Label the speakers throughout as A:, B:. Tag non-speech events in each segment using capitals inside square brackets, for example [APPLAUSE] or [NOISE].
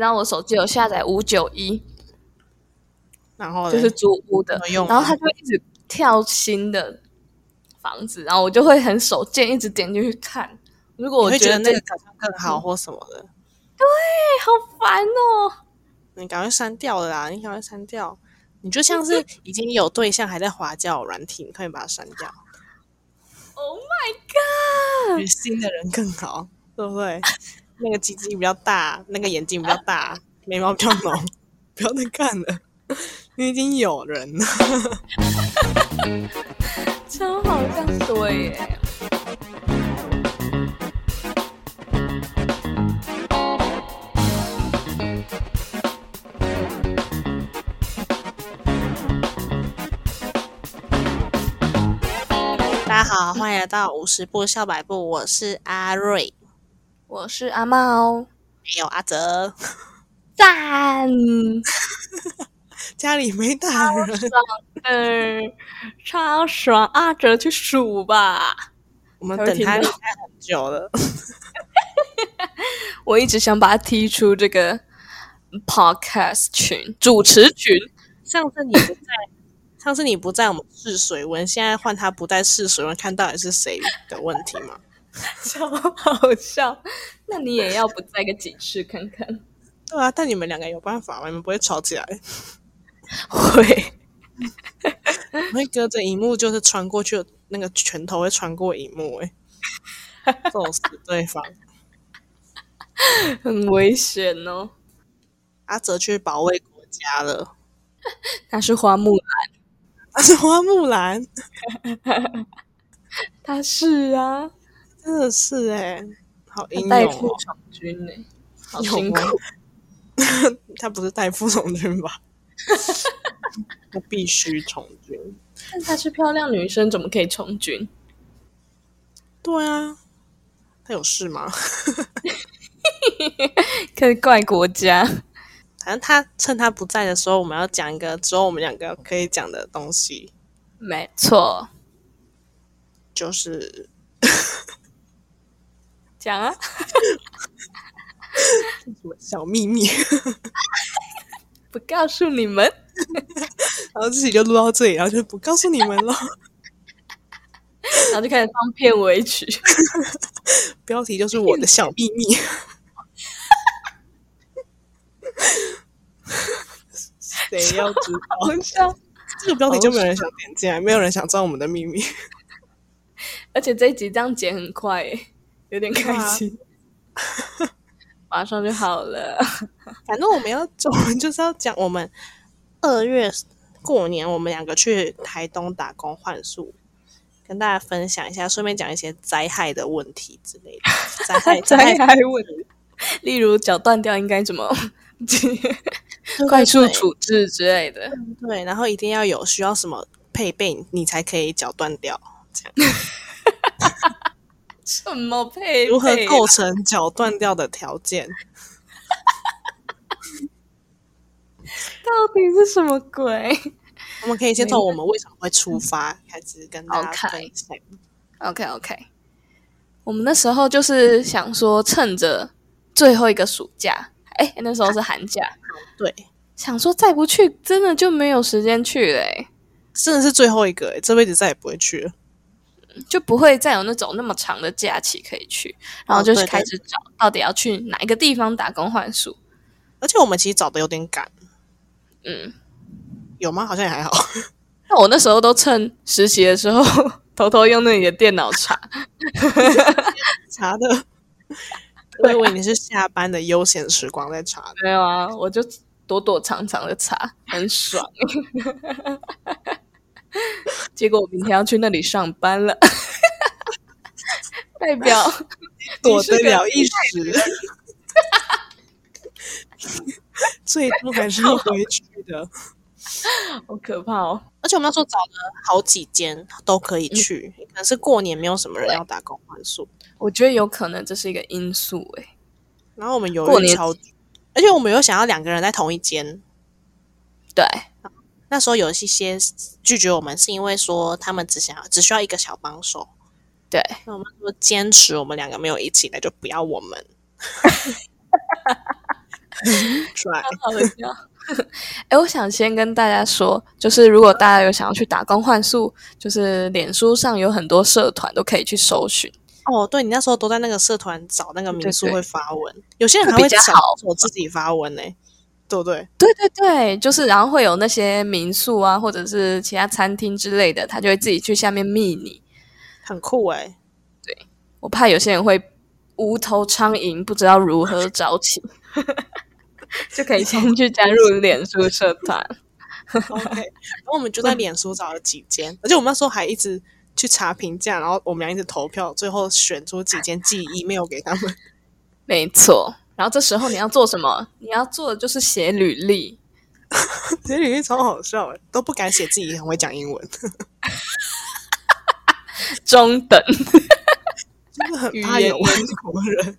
A: 然后我手机有下载五九一，
B: 然后嘞
A: 就是租屋的
B: 怎么，用
A: 然后
B: 啊
A: 它就会一直跳新的房子，然后我就会很手贱，一直点进去看。哎如果
B: 你
A: 我
B: 会觉得
A: 这
B: 那个好嗯像更好或什么的，
A: 好烦哦，
B: 你赶快删掉了啦！你赶快删掉，你就像是已经有对象还在滑交友软体，你快点把它删 [LAUGHS] 掉，
A: Oh my god！
B: 比新的人更好，对不对？那个鸡鸡比较大，那个眼睛比较大，眉毛比较浓， [LAUGHS] 不要再看了，你已经有人了。
A: 超好像对耶。
B: 大家好，欢迎来到五十步笑百步，我是阿瑞，
A: 我是阿猫，
B: 没有阿哲，
A: 赞，
B: 家里没大人。
A: 嗯，超爽，阿哲去数吧。
B: 我们
A: 才会
B: 等他
A: 听
B: 离
A: 到
B: 开很久了，
A: 我一直想把他踢出这个 podcast 群主持群，
B: 上次你不在，上次你不在，我们试水温，现在换他不在试水温，看到底是谁的问题嘛？
A: 超好笑。那你也要不再个几次看看？
B: 对啊，但你们两个有办法吗？你们不会吵起来？ [LAUGHS]
A: 会， [LAUGHS]
B: 我会隔着荧幕就是穿过去，那个拳头会穿过荧幕、欸，哎，揍死对方。
A: 很危险哦。
B: 阿哲去保卫国家了， [LAUGHS]
A: 他是花木兰，
B: 他是花木兰，
A: 他是啊，
B: 真的是哎、好英
A: 他代
B: 勇、
A: 父
B: 哦。
A: 从军呢、好
B: 有
A: 辛苦
B: 吗。他不是代父从军吧？ [LAUGHS] 他必须从军。
A: 但她是漂亮女生，怎么可以从军？
B: 对啊，他有事吗？
A: 可以怪国家。
B: 反正他趁他不在的时候，我们要讲一个只有我们两个可以讲的东西，
A: 没错，
B: 就是
A: 讲啊，
B: 什么小秘密。
A: 不告诉你们。
B: 然后自己就录到这里，然后就不告诉你们了。
A: 然后就开始放片尾曲。
B: 标题就是我的小秘密。 [LAUGHS] 谁要知道？
A: 好笑。
B: [LAUGHS] 这个标题就没有人想点进来，没有人想知道我们的秘密。
A: 而且这一集这样剪很快耶，有点
B: 啊
A: 开心。马上就好了，
B: 反正我们要，我们 [LAUGHS] 就是要讲我们二月过年，我们两个去台东打工换宿，跟大家分享一下，顺便讲一些灾害的问题之类的。
A: [LAUGHS]
B: 灾害，灾害，
A: 还问，例如脚断掉应该怎么 [LAUGHS] 快速处置之类的，
B: 对，然后一定要有需要什么配备，你才可以绞断掉。
A: [LAUGHS] 什么配备
B: 如何构成绞断掉的条件？
A: 到底是什么鬼
B: 我们可以先从我们为什么会出
A: 嗯
B: 发开始跟大家
A: OK
B: 分享。
A: ？OK OK，我们那时候就是想说，趁着最后一个暑假，哎，那时候是寒假，
B: 对，
A: 想说再不去，真的就没有时间去嘞、
B: 真的是最后一个、欸，这辈子再也不会去了。
A: 就不会再有那种那么长的假期可以去，然后就
B: 哦对
A: 是
B: 对
A: 开始找到底要去哪一个地方打工换宿。
B: 而且我们其实找的有点赶，
A: 嗯，
B: 有吗？好像也还好。
A: 那我那时候都趁实习的时候 [LAUGHS] 偷偷用那里的电脑查，
B: 查 [LAUGHS] 的。我以为你是下班的悠闲时光在查的，
A: 没有啊，我就躲躲藏藏的查，很爽。 [LAUGHS] 结果我明天要去那里上班了， [LAUGHS] 代 [LAUGHS] 表
B: 躲得
A: 是个
B: 了一时， [LAUGHS] 最终还是要回去的。
A: 好可怕哦。
B: 而且我们那时候找了好几间都可以去，可能是过年没有什么人要打工换宿，
A: 我觉得有可能这是一个因素欸诶、
B: 然后我们有
A: 过年
B: 超，而且我们有想要两个人在同一间。
A: 对，
B: 那时候有一些拒绝我们，是因为说他们只想要只需要一个小帮手，
A: 对，
B: 那我们
A: [LAUGHS]
B: 说坚持我们两个没有一起，那就不要我们。拽，
A: 好了，笑。 [LAUGHS] 哎，我想先跟大家说，就是如果大家有想要去打工换宿，就是脸书上有很多社团都可以去搜寻。
B: 哦，对你那时候都在那个社团找那个民宿
A: 对对
B: 会发文，有些人还
A: 会
B: 会
A: 比较
B: 找
A: 好
B: 我自己发文呢、对不对？
A: 对对对，就是然后会有那些民宿啊，或者是其他餐厅之类的，他就会自己去下面密你。
B: 很酷哎、
A: 我怕有些人会无头苍蝇，不知道如何找起， [LAUGHS] 就 [LAUGHS] 可以先去加入脸书社团。
B: OK，然后我们就在脸书找了几间，而且我们那时候还一直去查评价，然后我们俩一直投票，最后选出几间寄 email 给他们。 [LAUGHS]
A: 没错，然后这时候你要做什么？你要做的就是写履历。
B: 其实里面超好笑的，都不敢写自己很会讲英文，
A: 中等， [LAUGHS]
B: 真的很
A: 语
B: 怕有
A: 言
B: 外国人。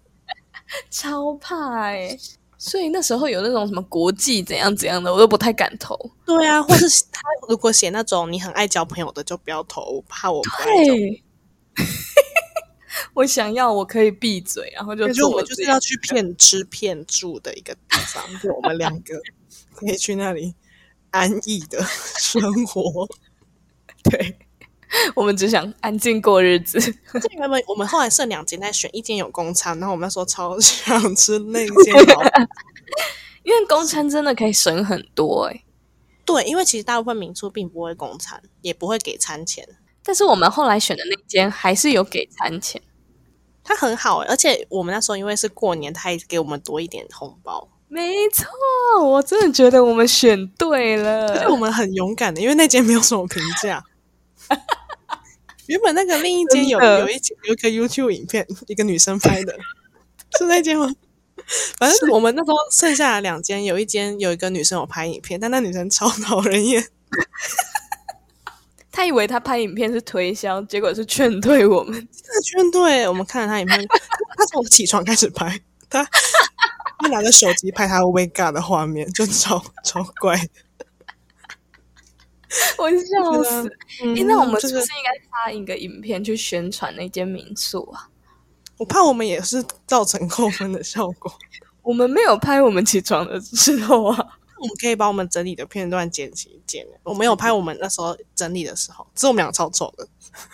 A: 超怕哎、所以那时候有那种什么国际怎样怎样的，我都不太敢投。
B: 对啊，或是他如果写那种你很爱交朋友的，就不要投，我怕我不爱交。
A: 对， [LAUGHS] 我想要我可以闭嘴，然后就
B: 我觉得
A: 做
B: 我们
A: 自
B: 就
A: 己
B: 是要去骗吃骗住的一个地方，就我们两个可以去那里安逸的生活。
A: [LAUGHS]
B: [LAUGHS]
A: 对， [LAUGHS] 我们只想安静过日子。 [LAUGHS]
B: 这原本我们后来剩两间在选，一间有公餐，然后我们那时候超想吃那间老。
A: 因为公餐真的可以省很多哎、
B: 对，因为其实大部分民宿并不会供餐，也不会给餐钱，
A: 但是我们后来选的那间还是有给餐钱，
B: 它很好、欸而且我们那时候因为是过年，它也给我们多一点红包，
A: 没错，我真的觉得我们选对
B: 而且我
A: 了。
B: 们很勇敢的，因为那间没有什么评
A: [LAUGHS]
B: 价。原本那个另一间有
A: 真的
B: 有一间有一个 YouTube 影片，一个女生拍
A: [LAUGHS]
B: 的，是那间吗？反正我们那时候剩下的两间，有一间有一个女生有拍影片，但那女生超讨人
A: [LAUGHS]
B: 厌，
A: 他以为他拍影片是推销，结果是劝退我们。 [LAUGHS]
B: 圈对，我们看了他影片，他从起床开始拍，他他拿着手机拍他 wake up 的画面，就超超怪。
A: 我笑死！
B: 嗯
A: 哎、那我们
B: 就是
A: 不
B: 是
A: 是应该发一个影片去宣传那间民宿啊？
B: 我怕我们也是造成扣分的效果。
A: 我们没有拍我们起床的时候啊，
B: 我们可以把我们整理的片段剪辑一剪。欸我没有拍我们那时候整理的时候，只有我们俩超丑的。 [LAUGHS]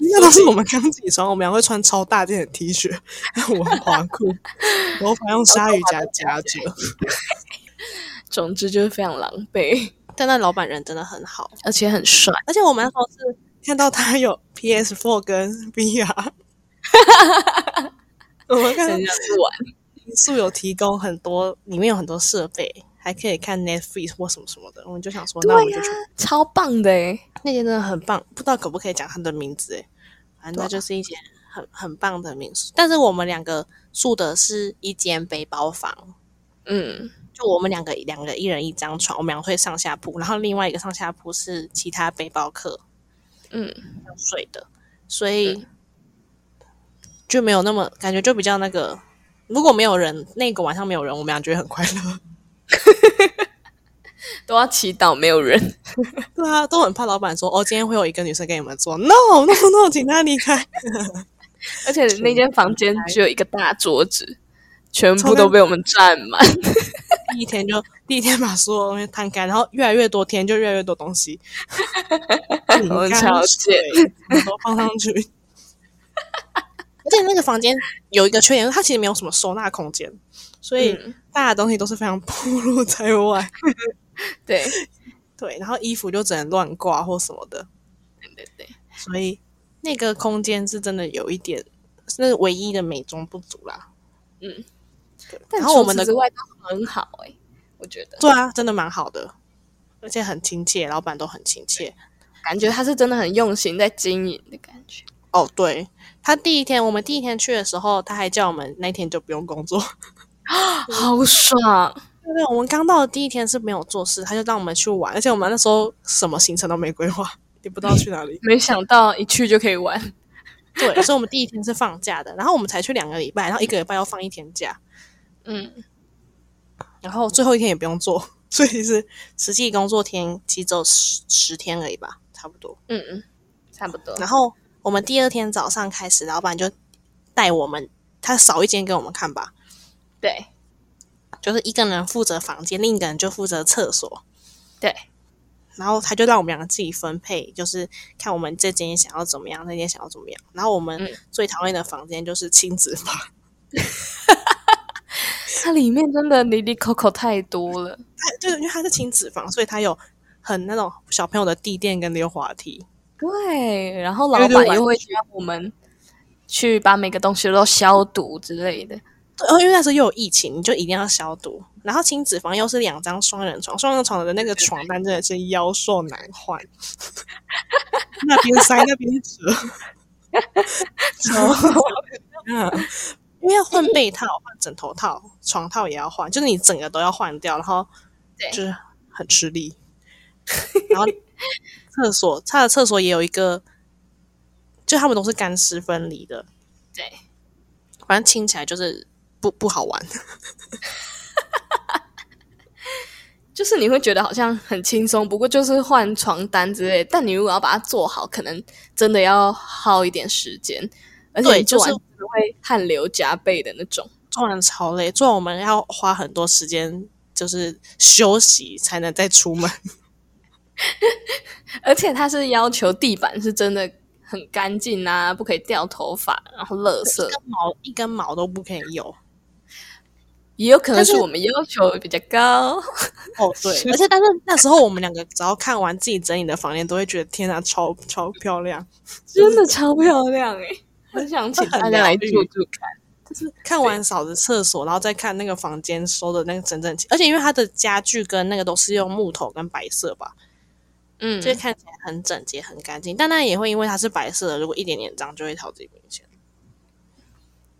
B: 那都是我们刚起床，我们俩会穿超大件的 T 恤，然后我很滑裤，头发用鲨鱼夹夹着。
A: 总之就是非常狼狈，
B: 但那老板人真的很好，
A: 而且很 [LAUGHS] 帅。
B: 而且我们那时候是 [LAUGHS] 看到他有 PS4 跟 [LAUGHS] VR，我们看到
A: 真的是玩，
B: 民宿有提供很多，里面有很多设备，还可以看 Netflix 或什么什么的。我们就想说，那我们就去
A: 超棒的哎！
B: 那间真的很棒，不知道可不可以讲它的名字诶，反正它就是一间很很棒的民宿。但是我们两个住的是一间背包房，
A: 嗯，
B: 就我们两个两个一人一张床，我们俩会上下铺，然后另外一个上下铺是其他背包客，
A: 嗯，
B: 睡的，所以就没有那么感觉就比较那个。如果没有人，那个晚上没有人，我们俩觉得很快乐。 [LAUGHS]
A: 都要祈祷没有人。
B: 对啊，都很怕老板说哦，今天会有一个女生给你们做，no no no，请她离开。
A: 而且那间房间只有一个大桌子，全部都被我们占满。
B: 第一天就 [LAUGHS] 第一天把所有东西摊开，然后越来越多天就越来越多东西，饼
A: 我
B: 干、
A: 超
B: 水什么都放上去。 [LAUGHS] 而且那个房间有一个缺点，它其实没有什么收纳空间，所以
A: 嗯
B: 大家的东西都是非常暴露在外。 [LAUGHS]
A: 对
B: 对，然后衣服就只能乱挂或什么的，
A: 对对对，
B: 所以那个空间是真的有一点，那是唯一的美中不足啦。
A: 嗯
B: 对，
A: 但
B: 然后我
A: 除
B: 们
A: 此
B: 的
A: 之外都很好哎，我觉得
B: 对啊，真的蛮好的，而且很亲切，老板都很亲切。
A: 感觉他是真的很用心在经营的感觉。
B: 哦，对，他第一天我们第一天去的时候，他还叫我们那天就不用工作。 [LAUGHS]
A: 好爽！。
B: 对对，我们刚到的第一天是没有做事，他就让我们去玩，而且我们那时候什么行程都没规划，也不知道去哪里
A: [LAUGHS] 没想到一去就可以玩，
B: 对，所以我们第一天是放假的，然后我们才去两个礼拜，然后一个礼拜要放一天假，
A: 嗯，
B: 然后最后一天也不用做，所以其实实际工作天其实只有十十天而已吧，差不多。
A: 嗯嗯，差不多。
B: 然后我们第二天早上开始，老板就带我们，他扫一间给我们看吧，
A: 对，
B: 就是一个人负责房间，另一个人就负责厕所。
A: 对，
B: 然后他就让我们两个自己分配，就是看我们这间想要怎么样，那间想要怎么样。然后我们
A: 嗯
B: 最讨厌的房间就是亲子房， [LAUGHS]
A: 它里面真的离离口口太多了。
B: 它对，因为它是亲子房，所以它有很那种小朋友的地垫跟溜滑梯。
A: 对，然后老
B: 对对
A: 板
B: 完
A: 又会让我们去把每个东西都消毒之类的。
B: 对，哦，因为那时候又有疫情，你就一定要消毒。然后亲子房又是两张双人床，双人床的那个床单真的是妖兽难换， [LAUGHS] 那边塞那边
A: [LAUGHS]
B: 折，
A: 哦
B: 嗯，因为要换被套、换枕头套、床套也要换，就是你整个都要换掉，然后
A: 对
B: 就是很吃力。然后厕所，他的厕所也有一个，就他们都是干湿分离的，
A: 对，
B: 反正听起来就是不不好玩。
A: 就是你会觉得好像很轻松，不过就是换床单之类。但你如果要把它做好，可能真的要耗一点时间，而且
B: 对
A: 你做完
B: 就
A: 真
B: 是
A: 的会汗流浃背的那种。
B: 做完超累，做完我们要花很多时间，就是休息才能再出 [LAUGHS] 门。
A: 而且它是要求地板是真的很干净啊，不可以掉头发，然后垃圾
B: 一根毛一根毛都不可以有。
A: 也有可能
B: 但是
A: 是我们要求比较
B: [LAUGHS]
A: 高。
B: 哦，对，而且但是那时候我们两个只要看完自己整理的房间，都会觉得天啊，超超漂亮。
A: 真的超漂亮哎、很想请大家来住住看。
B: 看完嫂子厕所，然后再看那个房间收的那个整整齐，而且因为它的家具跟那个都是用木头跟白色吧，
A: 嗯
B: 所以看起来很整洁很干净。但那也会因为它是白色的，如果一点点脏就会超级明显。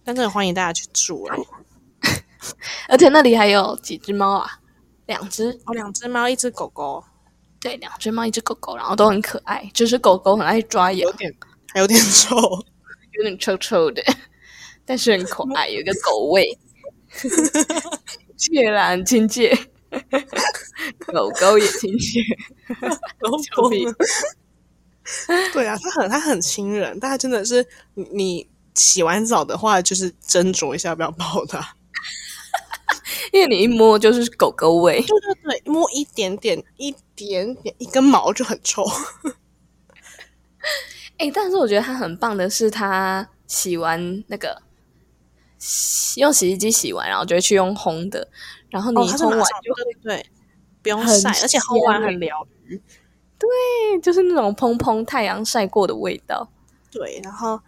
B: 但真的欢迎大家去住哎、
A: 而且那里还有几只猫啊，两只，
B: 哦，两只猫，一只狗狗，
A: 对，两只猫，一只狗狗，然后都很可爱。就是狗狗很爱抓痒，
B: 点还有点 [LAUGHS] 臭。
A: 有点臭臭的， [LAUGHS] 但是很可爱，有一个狗味， [LAUGHS] 确然很亲切。狗狗也亲切，
B: 狗 [LAUGHS]
A: 屁
B: 对啊，它很它很亲人，但它真的是你你洗完澡的话，就是斟酌一下要不要抱它。
A: 因为你一摸就是狗狗味。
B: 对对对，摸一点点，一点点，一根毛就很臭。
A: 哎、但是我觉得它很棒的是，它洗完那个洗用洗衣机洗完，然后就会去用烘的，然后你
B: 它是
A: 烘
B: 马
A: 完
B: 上
A: 就、
B: 对对对，不用
A: 很
B: 哦晒，而且啊烘完
A: 香
B: 很疗愈。
A: 对就是那种蓬蓬太阳晒过的味道。
B: 对，然后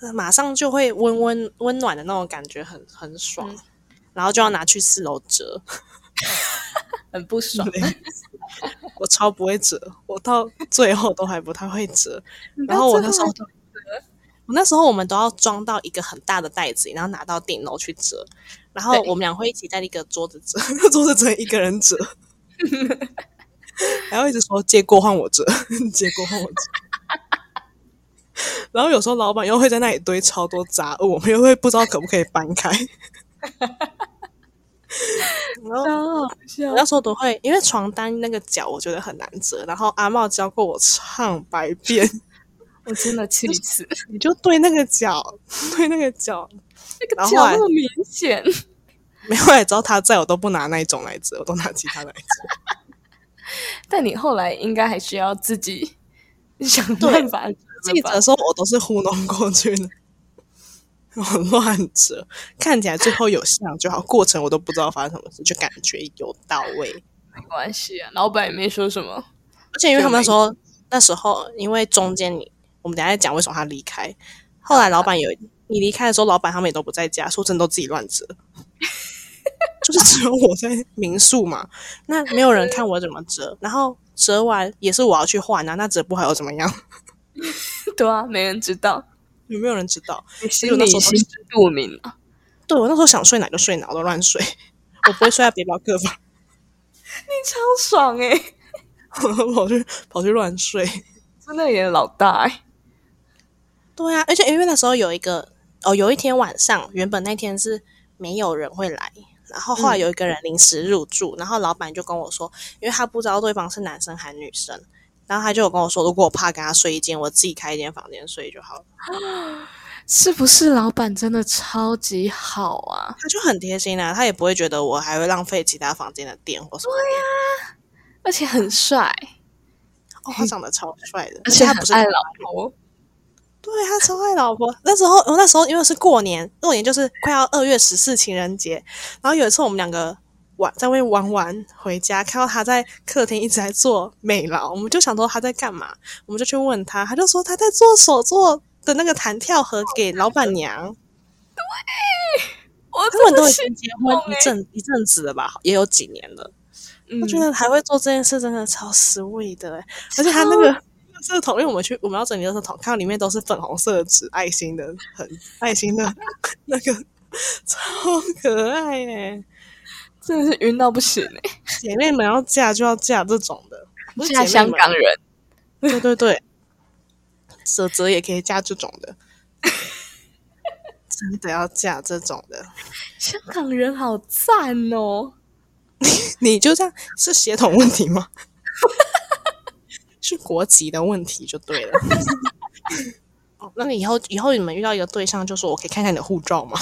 B: 呃马上就会温温温暖的那种感觉很，很爽。
A: 嗯
B: 然后就要拿去四楼折，
A: 很不爽，
B: [LAUGHS] 我超不会折，我到最后都还不太会折。嗯然后我那时候，我那时候我们都要装到一个很大的袋子里，然后拿到顶楼去折。然后
A: 对
B: 我们俩会一起在那个桌子折， [LAUGHS] 桌子只能一个人折，然后一直说结果换我折， [LAUGHS] 结果换我折。然后有时候老板又会在那里堆超多杂物，我们又会不知道可不可以搬开。 [LAUGHS] 然后
A: 超好
B: 我
A: 笑
B: 那时候都会，因为床单那个角我觉得很难折，然后阿茂教过我上百遍， [LAUGHS]
A: 我真的气死！
B: 你就对那个角，对那个角，
A: 那个
B: 然后
A: 脚
B: 后来
A: 那么明显，
B: [LAUGHS] 没有来只要他在我都不拿那一种来折，我都拿其他来折。 [LAUGHS]
A: 但你后来应该还是要自己想办法折
B: 自己
A: 吧
B: 折的时候我都是糊弄过去的，我乱折，看起来最后有像就好，过程我都不知道发生什么事，就感觉有到位。
A: 没关系啊，老板也没说什么。
B: 而且因为他们那时候那时候，因为中间你我们等一下再讲为什么他离开，后来老板有你离开的时候，老板他们也都不在家，说真的都自己乱折， [LAUGHS] 就是只有我在民宿嘛，那没有人看我怎么折，然后折完也是我要去换啊，那折不好又怎么样？
A: 对啊，没人知道，
B: 有没有人知道？
A: 你心
B: 我那
A: 里
B: 时候都
A: 心知肚明啊。
B: 对我那时候想睡哪就睡哪，我都乱睡， [LAUGHS] 我不会睡在背包客房， [LAUGHS]
A: 你超爽哎、
B: 欸我跑去跑去乱睡。
A: 真的也老大哎、
B: 对啊，而且因为那时候有一个哦，有一天晚上，原本那天是没有人会来，然后后来
A: 嗯
B: 有一个人临时入住，然后老板就跟我说，因为他不知道对方是男生还是女生，然后他就有跟我说，如果我怕跟他睡一间，我自己开一间房间睡就好了。
A: 是不是老板真的超级好啊？
B: 他就很贴心啊，他也不会觉得我还会浪费其他房间的电或什么。
A: 而且很帅，
B: 哦，他长得超帅的，
A: 而且
B: 他
A: 很
B: 不是
A: 爱老婆。
B: 对他超爱老婆。那时候，我那时候因为是过年，过年就是快要二月十四情人节。然后有一次我们两个玩在外面玩完回家，看到他在客厅一直在做美劳，我们就想说他在干嘛，我们就去问他，他就说他在做手做的那个弹跳盒给老板娘。
A: 我
B: 他们
A: 真
B: 都
A: 的
B: 已
A: 是
B: 经结婚
A: 欸
B: 一阵一阵子了吧，也有几年了。我
A: 嗯，
B: 觉得还会做这件事，真的超 sweet 的欸、而且他那个 [LAUGHS]
A: 超
B: 垃圾桶，因为我们去我们要整理垃圾桶，看到里面都是粉红色的纸，爱心的，很爱心的那个，超可爱哎、
A: 真的是晕到不行哎、
B: 姐妹们要嫁就要嫁这种的，不是
A: 嫁
B: 姐妹
A: 香
B: 们
A: 港，人，
B: 对对对，泽泽也可以嫁这种
A: [LAUGHS]
B: 的，真的要嫁这种的，
A: 香港人好赞哦！
B: 你就这样是血统问题吗？ [LAUGHS] 是国籍的问题就对了。 [LAUGHS] 哦，那你以后以后你们遇到一个对象，就说我可以看看你的护照吗？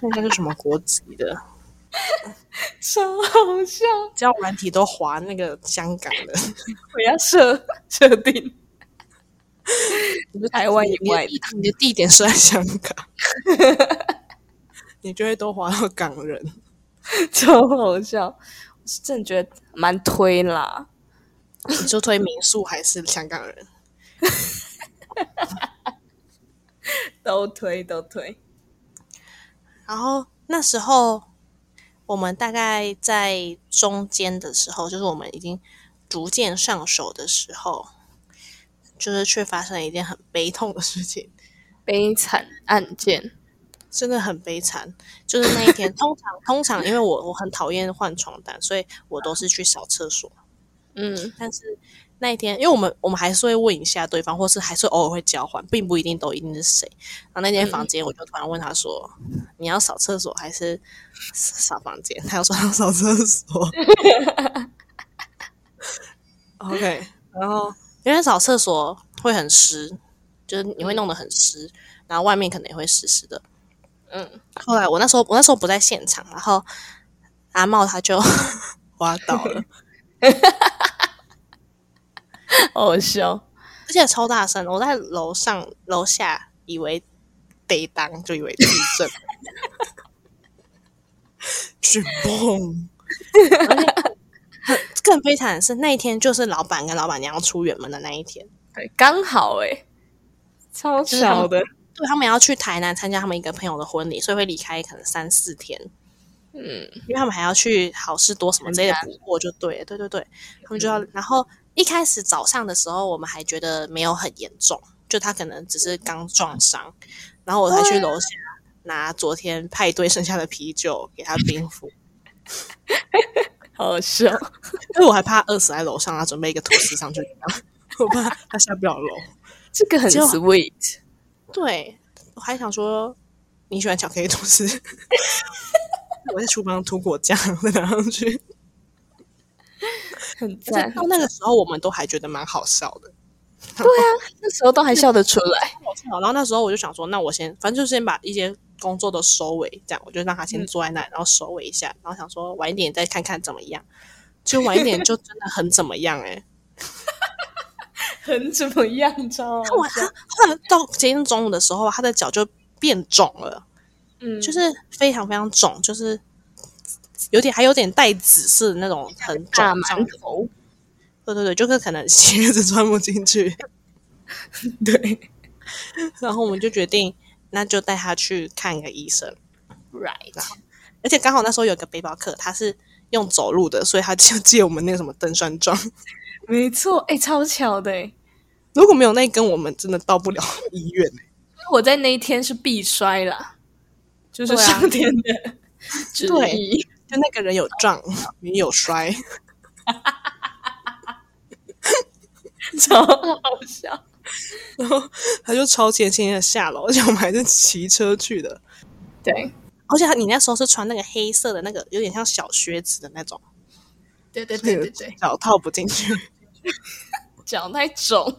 B: 看看是什么国籍的？
A: 超好笑，
B: 只要软体都划那个香港的，
A: 我要设设定， [LAUGHS] 台湾以外的
B: 你的地你的地点是在香港， [LAUGHS] 你就会都划到港
A: [LAUGHS]
B: 人。
A: 超好笑，我是真的觉得蛮推啦。
B: 你说推民宿还是香港人？
A: 都推都推，
B: 然后那时候我们大概在中间的时候，就是我们已经逐渐上手的时候，就是却发生了一件很悲痛的事情，
A: 悲惨案件，
B: 真的很悲惨。就是那一天，通常通常因为我我很讨厌换床单，所以我都是去扫厕所。
A: 嗯，
B: 但是那一天，因为我们我们还是会问一下对方，或是还是偶尔会交换，并不一定都一定是谁。然后那间房间，我就突然问他说：“你要扫厕所还是扫房间？”他又说他要扫厕所。OK，然后因为扫厕所会很湿，就是你会弄得很湿，然后外面可能也会湿湿的。
A: 嗯，
B: 后来我那时候我那时候不在现场，然后阿茂他就 [LAUGHS] 滑倒了。
A: 好好笑，
B: 而且超大声，我在楼上楼下以为得当，就以为地震，去蹦。而且很更悲惨的是，那一天就是老板跟老板娘要出远门的那一天，
A: [LAUGHS] 对，刚好哎、超巧的，
B: 对他们要去台南参加他们一个朋友的婚礼，所以会离开可能三四天，
A: 嗯，
B: 因为他们还要去好事多什么之类的补货，就对了，对对对，他们就要。然后一开始早上的时候，我们还觉得没有很严重，就他可能只是刚撞伤，然后我才去楼下拿昨天派对剩下的啤酒给他冰敷，
A: 好好 [LAUGHS] 笑，
B: 因为我还怕他饿死在楼上，他准备一个吐司上去给他， [LAUGHS] 我怕他下不了楼。
A: 这个很
B: 就
A: sweet，
B: 对，我还想说你喜欢巧克力吐司， [LAUGHS] 我在厨房涂果酱再拿上
A: [LAUGHS]
B: 去。
A: 很
B: 可是
A: 赞
B: 到，那个时候，我们都还觉得蛮好笑的。
A: 那时候都还笑得出来，
B: 好笑。然后那时候我就想说，那我先，反正就先把一些工作都收尾，这样我就让他
A: 嗯
B: 先坐在那里，然后收尾一下，然后想说晚一点再看看怎么样。就晚一点就真的很怎么样哎、欸，
A: 很怎么样，超
B: 他
A: [LAUGHS] 好
B: 晚他后来到今天中午的时候，他的脚就变肿了，
A: 嗯，
B: 就是非常非常肿，就是有点还有点带紫色的那种很肿
A: 大
B: 这
A: 馒
B: 样。
A: 头， [LAUGHS]
B: 对对对，就是可能鞋子穿不进去。 [LAUGHS]
A: 对
B: 然后我们就决定，那就带他去看个医生。
A: ，right，
B: 而且刚好那时候有个背包客，他是用走路的，所以他就借我们那个什么登山杖。
A: 没错，哎、超巧的、欸，
B: 如果没有那一根，我们真的到不了医院、欸
A: 我在那一天是必摔啦，就是
B: 对啊
A: 上天的 [LAUGHS] 旨
B: 对
A: 意。 [LAUGHS]
B: 就那个人有撞，也有摔，
A: 超好笑。
B: 然后他就超前轻的下楼，而且我们还是骑车去的。
A: 对，
B: 而且你那时候是穿那个黑色的那个，有点像小靴子的那种，
A: 对对
B: 对
A: 对对对，
B: 脚套不进去。
A: 脚太 [LAUGHS] 肿，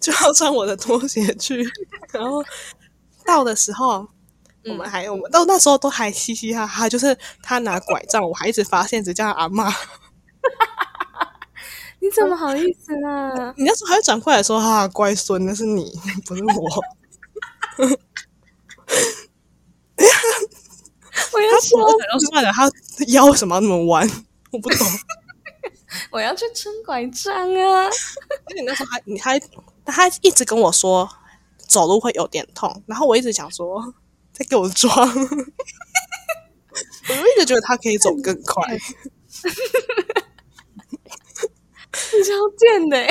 B: 就要穿我的拖鞋去。 [LAUGHS] 然后到的时候，我们还我们到那时候都还嘻嘻哈哈，就是他拿拐杖，我还一直发现，只叫他阿妈。
A: 你怎么好意思 [LAUGHS] 啊？
B: [LAUGHS] 你那时候还会转过来说：“哈、乖孙，那是你，不是我。
A: 我要
B: 他
A: 说，
B: 脖子都算了，他腰为什么要那么弯？我不懂。
A: 我要去撑拐杖啊！
B: 而且那时候还你还他一直跟我说走路会有点痛，然后我一直想说在给我装， [LAUGHS] 我就一直觉得他可以走更快。
A: 你超贱的欸、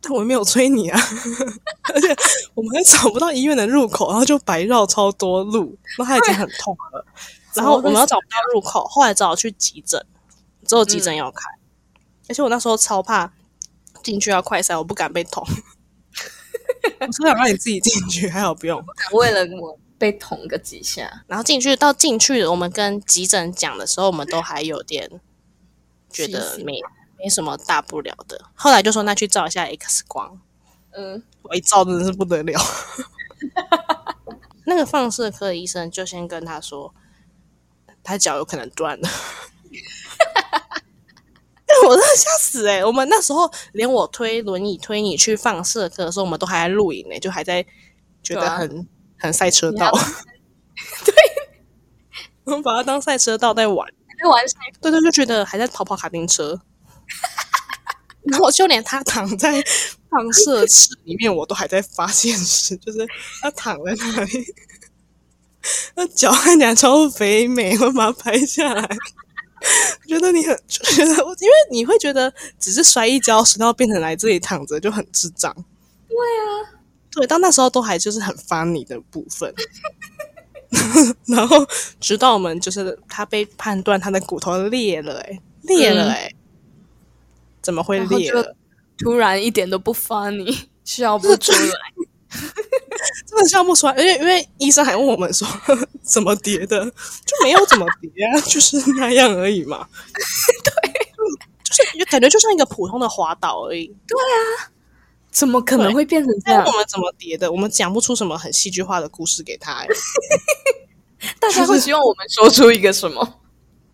B: 但我没有催你啊， [LAUGHS] 而且我们还找不到医院的入口，然后就白绕超多路，然后他已经很痛了，然后我们要找不到入口，后来只好去急诊，只有急诊要开，而且我那时候超怕进去要快塞，我不敢被捅，我超想让你自己进去，还好不用。
A: [LAUGHS] 为了我被捅个几下，
B: 然后进去到进去，我们跟急诊讲的时候，我们都还有点觉得
A: 嘻嘻
B: 没没什么大不了的。后来就说那去照一下 X 光，
A: 嗯，
B: 我一照真的是不得了。 [LAUGHS] 那个放射科医生就先跟他说，他脚有可能断了。 [LAUGHS] 我真的吓死哎、我们那时候连我推轮椅推你去放射科的时候，我们都还在录影呢、欸就还在觉
A: 对
B: 得
A: 啊
B: 很、很赛车
A: 你
B: 道 [LAUGHS]
A: 还。
B: 我们把它当赛车道在玩。
A: 在玩上
B: 对对，就觉得还在跑跑卡丁车。然后就连他躺在放射室里面，我都还在发现时，就是他躺在那里，那脚看起来超肥美，我把它拍下来。觉得你很，就觉得我，因为你会觉得只是摔一跤，摔到变成来这里躺着就很智障。对啊，对，到那时候都还就是很 funny 的部分。 [LAUGHS] 然后直到我们就是他被判断他的骨头裂了、欸，裂了、欸，怎么会
A: 嗯然后
B: 裂
A: 就
B: 了？
A: 突然一点都不 funny，笑 [LAUGHS] 不出
B: [LAUGHS]
A: 来，
B: 真的笑不出来，而且因为医生还问我们说 [LAUGHS] 怎么叠的，就没有怎么叠啊，就是那样而
A: [LAUGHS]
B: 已嘛。对，就是感觉就像一个普通的滑倒而已。
A: 怎么可能会变成这
B: 但
A: 样
B: 我？们怎么叠的，我们讲不出什么很戏剧化的故事给他、欸。
A: 大家会希望我们说出一个什么？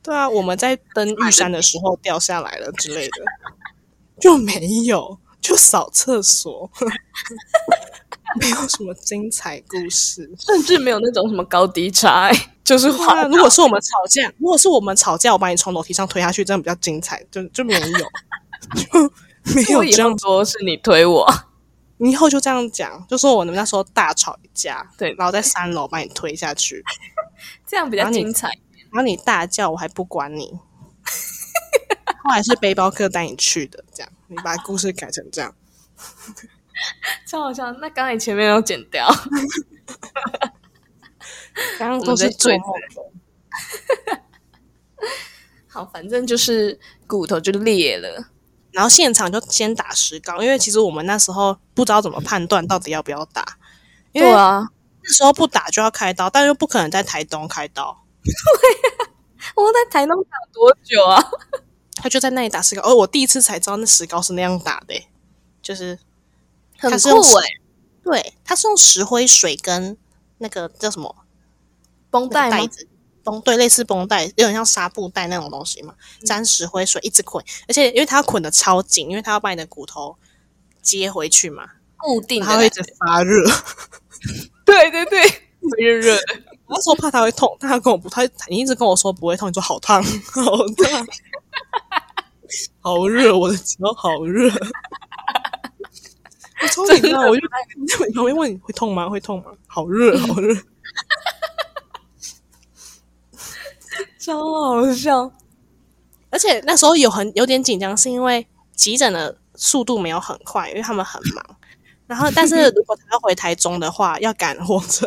B: 对啊，我们在登玉山的时候掉下来了之类的， [LAUGHS] 就没有，就扫厕所， [LAUGHS] 没有什么精彩故 [LAUGHS] 事。啊
A: 甚至没有那种什么高低差、欸，就是话
B: 那如果是我们吵架，如果是我们吵架，我把你从楼梯上推下去，真的比较精彩，就就没有， [LAUGHS] 就没有
A: 我以
B: 这样
A: 后说是你推我，
B: 你以后就这样讲，就说我们那时候大吵一架，
A: 对
B: 然后在三楼把你推下 [LAUGHS] 去，
A: 这样比
B: 然
A: 较
B: 后你
A: 精彩。
B: 然后你大叫，我还不管 [LAUGHS] 你。后来是背包客带你去的，这样你把故事改成这样，
A: 超好笑！那刚才前面要剪掉，
B: 刚刚
A: 我
B: 都
A: 们
B: 是
A: 在
B: 做
A: 追
B: 梦
A: 好，反正就是骨头就裂了。
B: 然后现场就先打石膏，因为其实我们那时候不知道怎么判断到底要不要打，因为
A: 对啊，
B: 那时候不打就要开刀，但又不可能在台东开刀，
A: 我在台东躺多久啊？
B: 他就在那里打石膏。哦，我第一次才知道那石膏是那样打的欸、就是
A: 很
B: 它是
A: 酷
B: 用石
A: 哎、
B: 对，它是用石灰水跟那个叫什么
A: 绷
B: 那
A: 带
B: 个
A: 吗
B: 带？子。绷对，类似绷带，有点像纱布带那种东西嘛，
A: 嗯
B: 沾石灰水一直捆，而且因为它要捆的超紧，因为它要把你的骨头接回去嘛，
A: 固定的
B: 它会一
A: 感
B: 直
A: 觉，
B: 发热。
A: 对对对， [LAUGHS] 热
B: [LAUGHS]
A: 热的。
B: 我那时候怕他会痛，但他跟我不，他你一直跟我说不会痛，你说 [LAUGHS] 好烫，好烫，好热，我的脚好热。 [LAUGHS] 我超紧张，我就在旁边问你会痛吗？会痛吗？好 [LAUGHS] 热，好热。
A: 超好笑。
B: 而且那时候有很有点紧张，是因为急诊的速度没有很快，因为他们很忙。然后，但是如果他要回台中的话，要赶火车，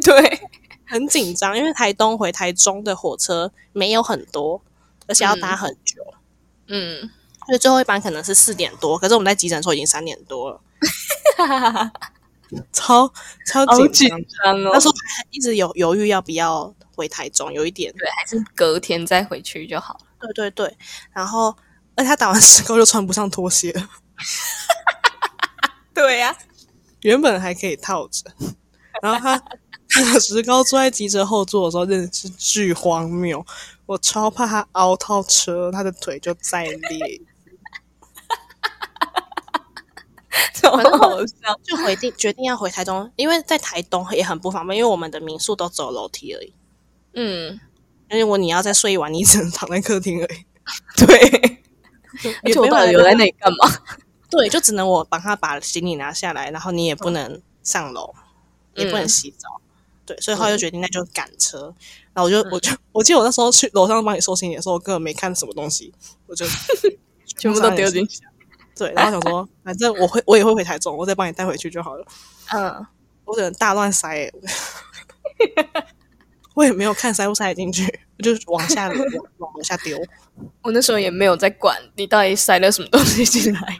A: 对，
B: 很紧张，因为台东回台中的火车没有很多，而且要搭很久。
A: 嗯，
B: 所以最后一班可能是四点多，可是我们在急诊的时候已经三点多
A: [LAUGHS]
B: 了，超超
A: 好
B: 紧
A: 紧
B: 张。
A: 张哦
B: 那。时候还一直有犹豫要不要回台中，有一点。
A: 对，还是隔天再回去就好了。
B: 对对对，然后而且他打完石膏就穿不上拖鞋了，
A: 对呀、
B: 原本还可以套着，然后他他的石膏坐在机车后座的时候，真的是巨荒谬，我超怕他凹到车，他的腿就再裂。
A: 怎么好笑？
B: 就回定决定要回台中，因为在台东也很不方便，因为我们的民宿都只有楼梯而已。
A: 嗯，
B: 因为如果你要再睡一晚，你只能躺在客厅而
A: [LAUGHS]
B: 已。
A: 对。而
B: 也
A: 且我
B: 没
A: 到
B: 办法
A: 底留在那里干嘛？
B: 对，就只能我帮他把行李拿下来，然后你也
A: 嗯
B: 不能上楼，也不能洗澡。对，所以后
A: 嗯
B: 来就决定那就赶车。然后我就我就我记得我那时候去楼上帮你收行李的时候，我根本没看什么东西，我就
A: 全部都丢进
B: 嗯
A: 去。
B: 对，然后想说反正我会我也会回台中，我再帮你带回去就好了。
A: 嗯，
B: 我只能大乱塞、欸，我也没有看塞不塞得进去，我就往下往往下丢。
A: 我那时候也没有在管你到底塞了什么东西进来，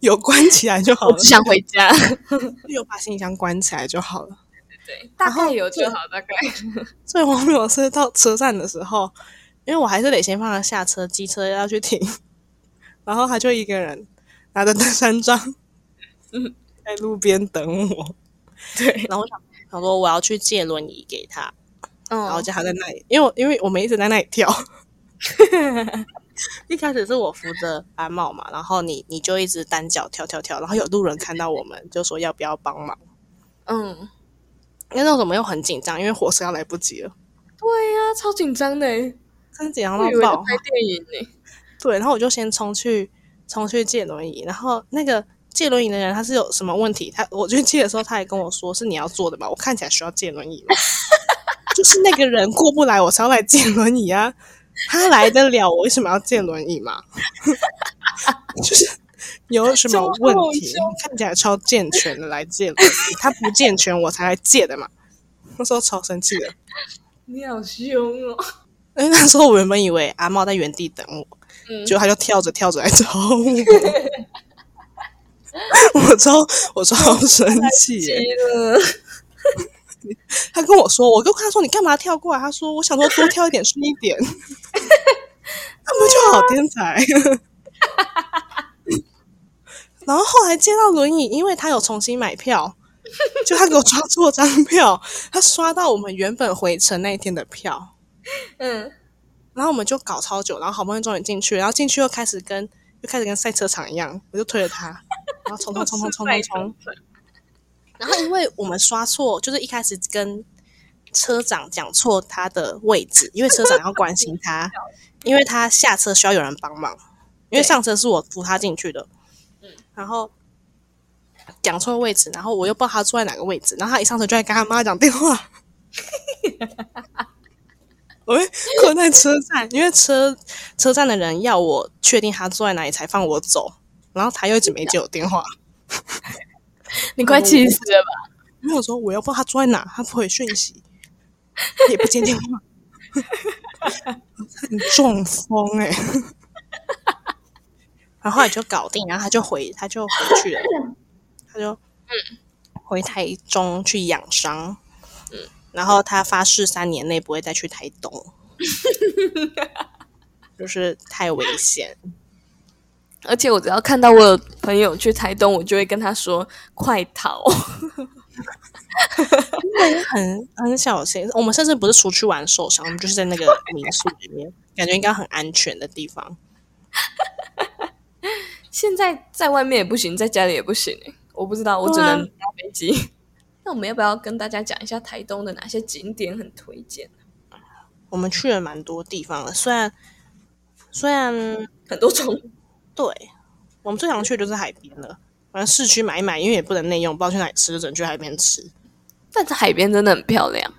B: 有关起来就好
A: 我
B: 了
A: 只，想回家。
B: 有把行李箱关起来就好了。
A: 对，大概有就好，大概。
B: 最荒谬的是到车站的时候，因为我还是得先放他下车，机车要去停，然后他就一个人拿着登山杖，
A: 嗯
B: 在路边等我。
A: 对，
B: 然后我想，想说我要去借轮椅给他，然后
A: 嗯，
B: 叫他在那里，因为我因为我们一直在那里跳。 [LAUGHS] 一开始是我扶着安茂嘛，然后你你就一直单脚跳跳跳，然后有路人看到我们就说要不要帮忙，
A: 嗯，
B: 因为那时候我们又很紧张，因为火车要来不及了，
A: 对呀、超紧张的，欸我
B: 真的紧张
A: 以为
B: 到
A: 在
B: 爆。哦
A: 拍电影欸呢。
B: 对，然后我就先冲去冲去借轮椅，然后那个借轮椅的人他是有什么问题？他我去借的时候，他也跟我说是你要坐的嘛，我看起来需要借轮椅吗？ [LAUGHS] 就是那个人过不来，我才要来借轮椅啊！他来得了，我为什么要借轮椅嘛？ [LAUGHS] 就是有什么问题
A: 超好？
B: 看起来超健全的来借轮椅，他不健全我才来借的嘛。 [LAUGHS] 那时候超生气的，
A: 你好凶哦！
B: [LAUGHS] 因为那时候我原本以为阿茂在原地等我，
A: 嗯
B: 结果他就跳着跳着来找我， [LAUGHS] 我超我超生气
A: 急
B: 耶！
A: 了，
B: 他跟我说，我跟他说你干嘛跳过来？他说我想说多跳一点顺一 [LAUGHS] 点，他们就好天才。 [LAUGHS] 然后后来接到轮椅，因为他有重新买票，就他给我刷错张票，他刷到我们原本回程那一天的票。
A: 嗯，
B: 然后我们就搞超久，然后好不容易终于进去，然后进去又开始跟又开始跟赛车场一样，我就推着他，然后冲冲冲冲冲冲冲。然后因为我们刷错，就是一开始跟车长讲错他的位置，因为车长要关心他，因为他下车需要有人帮忙，因
A: 对
B: 为上车是我扶他进去的，然后。讲错位置，然后我又不知道他坐在哪个位置，然后他一上车就在跟他妈讲电话，我会困在车站，因为车车站的人要我确定他坐在哪里才放我走，然后他又一直没接我电话，
A: 你快气死了吧！
B: 因为我说我又不知道他坐在哪，他不回讯息，也不接电话，很中风哎、然后后来就搞定，然后他就回他就回去了，他就回台中去养伤，嗯，然后他发誓三年内不会再去台东，就是太危险。
A: 而且我只要看到我有朋友去台东，我就会跟他说：“快逃 [LAUGHS]
B: 很很小心。我们甚至不是出去玩受伤，我们就是在那个民宿里面，感觉应该很安全的地方。！”
A: 现在在外面也不行，在家里也不行欸，我不知道，我只
B: 对啊
A: 能搭飞机。那我们要不要跟大家讲一下台东的哪些景点很推荐？
B: 我们去了蛮多地方的，虽然虽然
A: 很多种，
B: 对我们最常去的就是海边了。反正市区买一买，因为也不能内用，不知道去哪里吃，就只能去海边吃。
A: 但是海边真的很漂亮，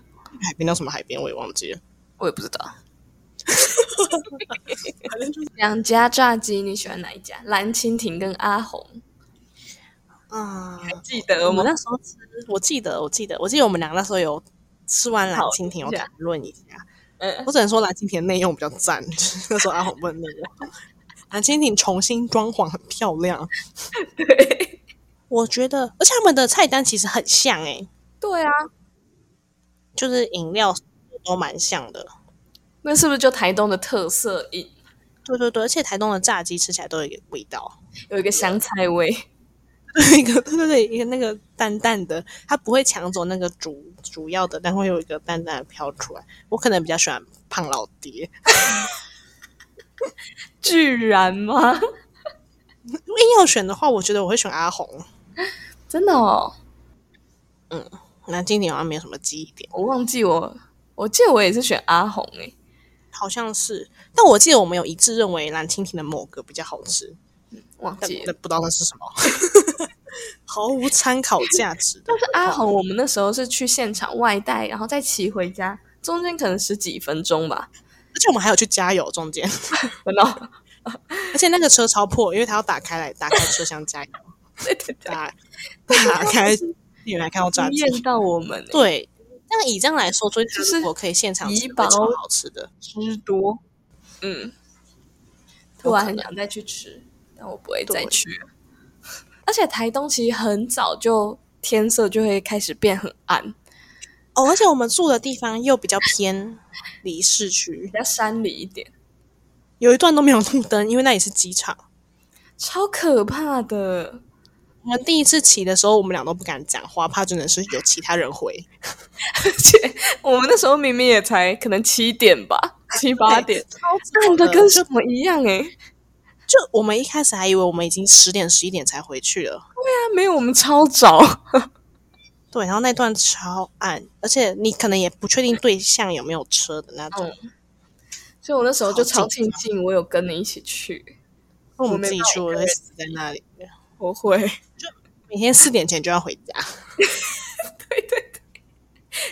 B: 海边叫什么海边我也忘记了。
A: 我也不知道。两家炸鸡，你喜欢哪一家？蓝蜻蜓跟阿红，
B: 啊、
A: 记得
B: 我们？那时候吃，我记得，我记得，我记得我们俩那时候有吃完蓝
A: 讨
B: 蜻蜓，有
A: 论一下
B: 谈论一下。 [LAUGHS]
A: 嗯，
B: 我只能说蓝蜻蜓的内用比较赞， [LAUGHS] 就是那时候阿红问内容。蓝蜻蜓重新装潢很漂亮，
A: 对，
B: 我觉得，而且他们的菜单其实很像诶、
A: 对啊，
B: 就是饮料都蛮像的。
A: 那是不是就台东的特色饮？
B: 对对对，而且台东的炸鸡吃起来都有一个味道， [LAUGHS]
A: 有一个香菜味。
B: 一个对对对，一个那个淡淡的，它不会抢走那个主主要的，但会有一个淡淡的飘出来。我可能比较喜欢胖老爹，
A: 居然吗？
B: 硬要选的话，我觉得我会选阿红。
A: [LAUGHS] 真的哦，
B: 那今年好像没有什么记忆点，
A: 我忘记我，我记得我也是选阿红欸诶、
B: 好像是，但我记得我们有一致认为蓝蜻蜓的某个比较好吃，
A: 忘
B: 但
A: 记了
B: 但。不知道那是什么， [LAUGHS] 毫无参考价值的。
A: 但是阿红，我们那时候是去现场外带，然后再骑回家，中间可能十几分钟吧。
B: 而且我们还有去加油中间，
A: 真的 [LAUGHS] 哦，
B: 而且那个车超破，因为它要打开来，打开车厢加油，
A: 对对对，
B: [LAUGHS] 打打开，原来看到炸
A: 惊
B: 鸡。
A: 艳到我们、欸，
B: 对，但以这样来说，所以它
A: 就是
B: 如果可以现场
A: 怡
B: 吃，会
A: 宝
B: 超好吃的。
A: 吃多，嗯，突然很想再去吃，但我不会再去了。而且台东其实很早就天色就会开始变很暗，
B: 哦，而且我们住的地方又比较偏离市区
A: 比，较山里一点，
B: 有一段都没有路灯，因为那里是机场。
A: 超可怕的。
B: 我们第一次骑的时候，我们俩都不敢讲话，怕真的是有其他人回。
A: 而且我们那时候明明也才可能七点吧，七八点，
B: 超
A: 暗的
B: 早
A: 跟
B: 就
A: 什么一样诶、欸。
B: 就我们一开始还以为我们已经十点十一点才回去了，
A: 但没有我们超早，
B: 对，然后那段超暗，而且你可能也不确定对象有没有车的那种，
A: 所以我那时候就超
B: 好
A: 庆幸我有跟你一起去。
B: 那、我们自己去，我会死在那里。
A: 我会
B: 每天四点前就要回家，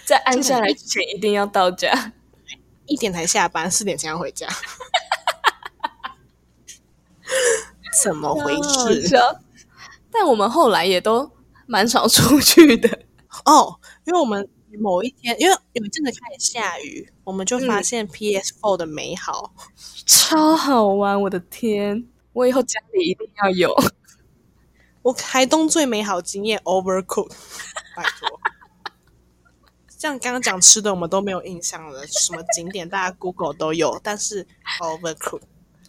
A: 在按下来之前一定要到家。
B: 一点才下班，四点前要回家，怎么回
A: [LAUGHS] 好
B: 事？
A: 笑但我们后来也都蛮少出去的。
B: 哦，因为我们某一天，因为有一阵子开始下雨，我们就
A: 嗯
B: 发现 PS4 的美好。
A: 超好玩，我的天！我以后家里一定要有。
B: 我台东最美好经验 Overcook，拜托。像刚刚讲吃的，我们都没有印象了，什么景点大家 Google 都有，但是 Overcook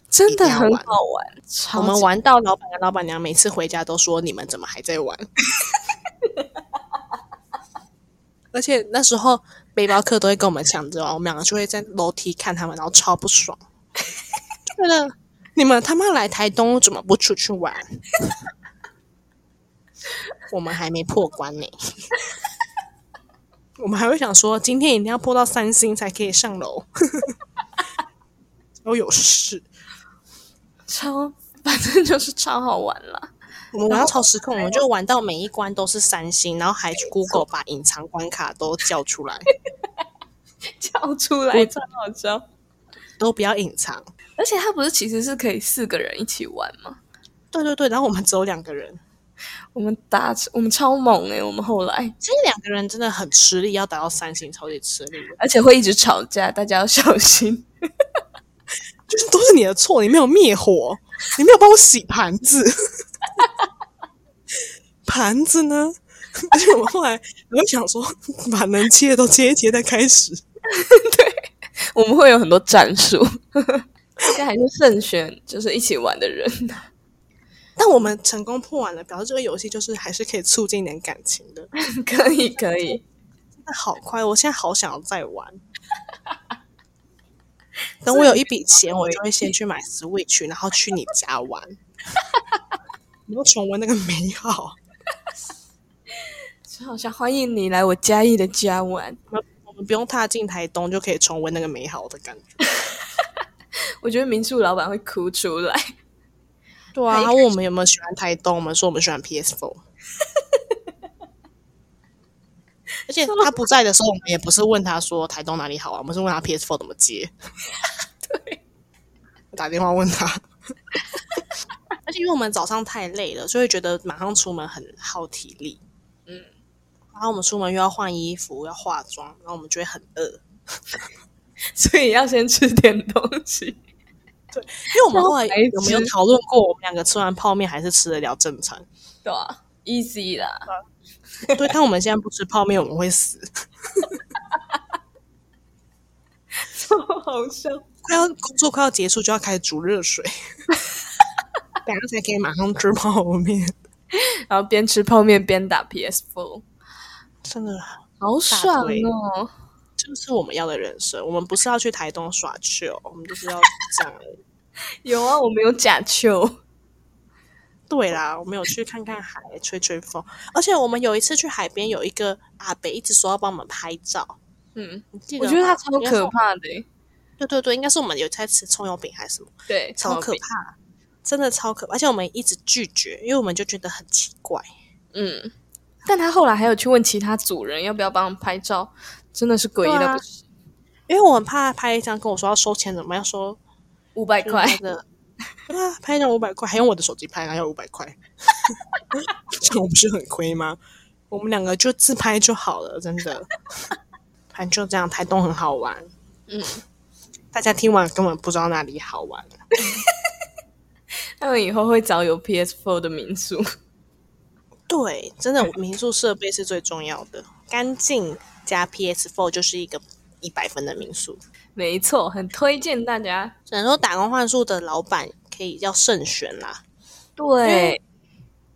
A: 真的
B: 一定要
A: 很
B: 玩
A: 好玩，超
B: 我们
A: 级
B: 玩到老板跟老板娘每次回家都说：“你们怎么还在玩？” [LAUGHS] 而且那时候背包客都会跟我们抢着玩，我们两个就会在楼梯看他们，然后超不爽，就觉 [LAUGHS] 得你们他妈来台东怎么不出去玩？我们还没破关呢、我们还会想说今天一定要破到三星才可以上楼， [LAUGHS] 都有事。
A: 超，反正就是超好玩啦。
B: 我们玩到超失控，我们就玩到每一关都是三星，然后还去 Google 把隐藏关卡都叫出来，
A: 叫出来，
B: 我
A: 超好笑。
B: 都不要隐藏。
A: 而且它不是其实是可以四个人一起玩吗？
B: 对对对，然后我们只有两个人，
A: 我们打我们超猛诶、我们后来
B: 其实两个人真的很吃力，要打到三星超级吃力的，
A: 而且会一直吵架，大家要小心。
B: 就是都是你的错，你没有灭火，你没有帮我洗盘子， [LAUGHS] 盘子呢？ [LAUGHS] 而且我们后来我就想说，把能切的都切一切再开始。
A: 我们会有很多战术， [LAUGHS] 大家还是慎选就是一起玩的人。 [LAUGHS]
B: 但我们成功破完了，表示这个游戏就是还是可以促进一点感情的。
A: 可以可以，
B: 那好快，我现在好想要再玩。等我有一笔钱，我就会先去买 Switch，然后去你家玩， [LAUGHS] 你要重温那个美好。
A: 超好笑！欢迎你来我嘉义的家玩，
B: 我们不用踏进台东就可以重温那个美好的感觉。
A: 我觉得民宿老板会哭出 [LAUGHS] 来。
B: 对啊，他问我们有没有喜欢台东，我们说我们喜欢 PS4。而且他不在的时候，我们也不是问他说台东哪里好啊，我们是问他 PS4 怎么 [LAUGHS] 接。
A: 对，
B: 打电话问他。 [LAUGHS] 而且因为我们早上太累了，就会觉得马上出门很耗体力。
A: 嗯，
B: 然后我们出门又要换衣服，要化妆，然后我们就会很 [LAUGHS] 饿，因
A: 所以要先吃点东西。
B: 为我们后来
A: 超白痴
B: 有没有讨论过，我们两个吃完泡面还是吃得了正餐？
A: 对啊，easy 啦，
B: 对，但我们现在不吃泡面，我们会死。
A: [LAUGHS] 超好笑。
B: 快快要工作快要结束，就要开始煮
A: [LAUGHS]
B: 热水，等下才可以马上吃泡面，
A: [LAUGHS] 然后边吃泡面边打 PS Four，
B: 真的
A: 好爽
B: 对
A: 哦！
B: 就是我们要的人生。我们不是要去台东耍去哦，我们就是要这样。
A: 有啊，我们有假球，
B: 对啦，我们有去看看海，吹吹风，而且我们有一次去海边，有一个阿北一直说要帮我们拍照，
A: 嗯，
B: 你记得
A: 我
B: 吗？
A: 觉得他超
B: 应该是
A: 可怕的欸，
B: 对对对，应该是我们有在吃葱油饼还是什么，
A: 对，
B: 超可
A: 怕，
B: 怕，真的超可怕。而且我们一直拒绝，因为我们就觉得很奇怪。
A: 嗯。但他后来还有去问其他组人要不要帮忙拍照，真的是诡异
B: 对
A: 的
B: 啊
A: 不行，
B: 因为我很怕拍一张跟我说要收钱怎么样，说
A: 五百块
B: 就是他 [LAUGHS] 的，啊，拍一张五百块，还用我的手机拍，然后啊要五百块， [LAUGHS] 这样我不是很亏吗？我们两个就自拍就好了，真的。反正就这样，台东很好玩，
A: 嗯，
B: 大家听完根本不知道哪里好玩。
A: 他们以后会找有 PS4 的民宿。 [LAUGHS]
B: 对，真的民宿设备是最重要的，干净加 PS4 就是一个一百分的民宿。
A: 没错，很推荐大家。
B: 只能说打工换宿的老板可以要慎选啦。
A: 对，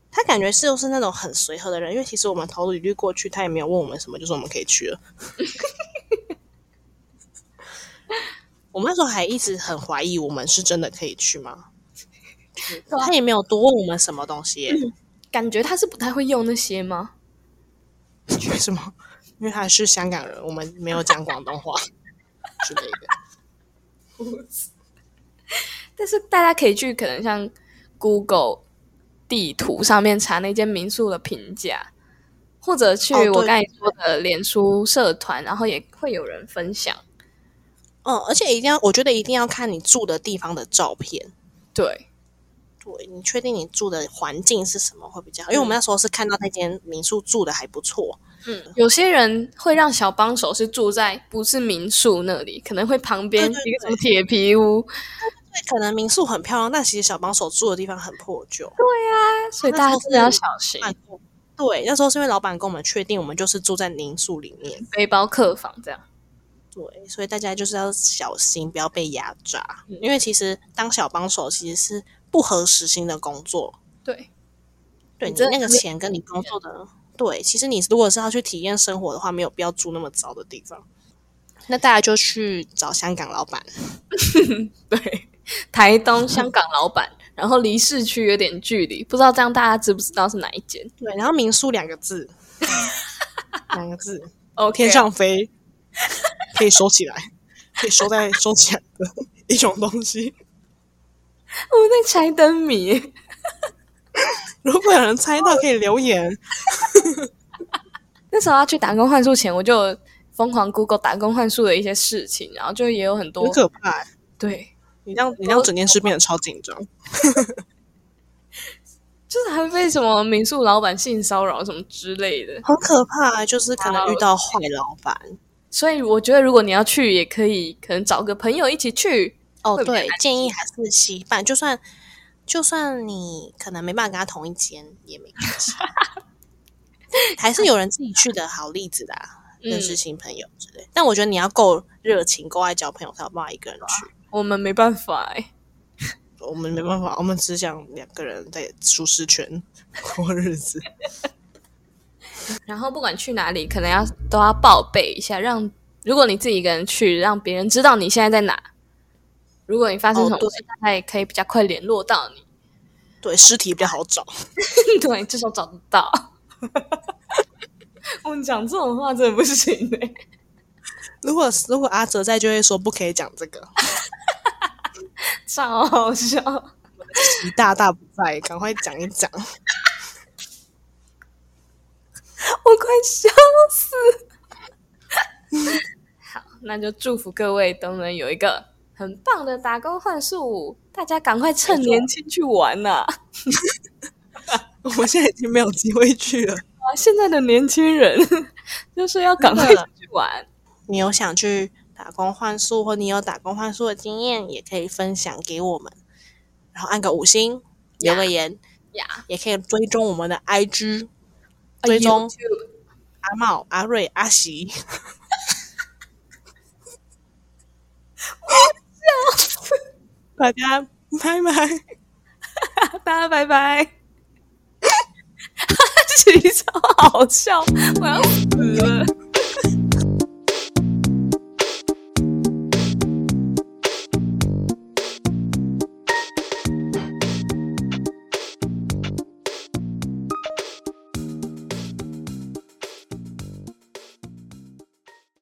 B: 他感觉是就是那种很随和的人，因为其实我们投履历过去，他也没有问我们什么，就说我们可
A: [LAUGHS]
B: 以去了。我们那时候还一直很怀疑我们是真的可以去吗？就是
A: 对啊嗯
B: 他也没有多问我们什么东西耶、 [LAUGHS]
A: 感觉他是不太会用那些吗？
B: 为什么？因为他是香港人，我们没有讲广东
A: [LAUGHS]
B: 话之类的。
A: 但是大家可以去可能像 Google 地图上面查那间民宿的评价，或者去
B: 哦对
A: 我刚才说的脸书社团，然后也会有人分享。
B: 嗯，而且一定要，我觉得一定要看你住的地方的照片。
A: 对，
B: 对你确定你住的环境是什么会比较好？因为我们那时候是看到那间民宿住的还不错，
A: 嗯，有些人会让小帮手是住在不是民宿那里，可能会旁边一
B: 对对
A: 个什么铁皮屋，
B: 对，可能民宿很漂亮，但其实小帮手住的地方很破旧。
A: 所以大家真的要小心
B: 那时候是对，那时候是因为老板跟我们确定，我们就是住在民宿里面，
A: 背包客房这样。
B: 对，所以大家就是要小心，不要被压榨，
A: 嗯
B: 因为其实当小帮手其实是不合时薪的工作，
A: 对， [LAUGHS] 你
B: 对你
A: 真的
B: 那个
A: 是
B: 钱跟你工作的，对，其实你如果是要去体验生活的话，没有必要住那么糟的地方。那大家就去找香港老板，
A: 对，台
B: [LAUGHS]
A: 东、香港老板，然后离市区有点距离，不知道这样大家知不知道是哪一间
B: 对，然后民宿两个字，两个字，
A: ？OK，
B: 天上飞，可以收起来，可以收在收起来的一种东西。
A: 我在猜灯谜， [LAUGHS]
B: 如果有人猜到，可以留言。
A: 那时候要去打工换宿前，我就有疯狂 Google 打工换宿的一些事情，然后就也有很多
B: 很可怕欸、
A: 对，
B: 你让你让整件事变得超紧张。
A: 就是还被什么民宿老板性骚扰什么之类的。
B: 很可怕、就是可能遇到坏老板。
A: 所以我觉得，如果你要去，也可以可能找个朋友一起去。
B: 哦
A: 会，比较
B: 对，建议还是洗版，就算就算你可能没办法跟他同一间也没关 [LAUGHS] 系，还是有人自己去的好例子啦，
A: 嗯
B: 认识新朋友之类。但我觉得你要够热情、够爱交朋友，才有办法一个人去。
A: 我们没办法哎、
B: 我们没办法，我们只想两个人在舒适圈 [LAUGHS] 过日子。
A: 然后不管去哪里，可能要都要报备一下，让如果你自己一个人去，让别人知道你现在在哪。如果你发生
B: 哦
A: 什么
B: 对
A: 事，他也可以比较快联络到
B: [LAUGHS]
A: 你。 [LAUGHS]
B: 对，尸体比较好找。
A: 对，至少找得到。我们讲这种话真的不行哎、
B: 如果如果阿哲在，就会说不可以讲这个。
A: 超好笑。
B: 一大大不在，赶快讲一讲。 [LAUGHS]
A: 我快笑死。 [LAUGHS] 好，那就祝福各位都能有一个很棒的打工换宿，大家赶快趁
B: 没错
A: 年轻去玩 [LAUGHS] 呐、
B: 我们现在已经没有机会去了。
A: 啊！现在的年轻人就是要赶快
B: 真的
A: 出去玩，
B: 你有想去打工换宿，或你有打工换宿的经验，也可以分享给我们，然后按个五星，留个言，
A: 呀，
B: 也可以追踪我们的 IG，追
A: 哎
B: 踪
A: YouTube
B: 阿茂、阿瑞、阿喜。大家拜拜。
A: 大家拜拜。 [LAUGHS] 其实超好笑，我要死了。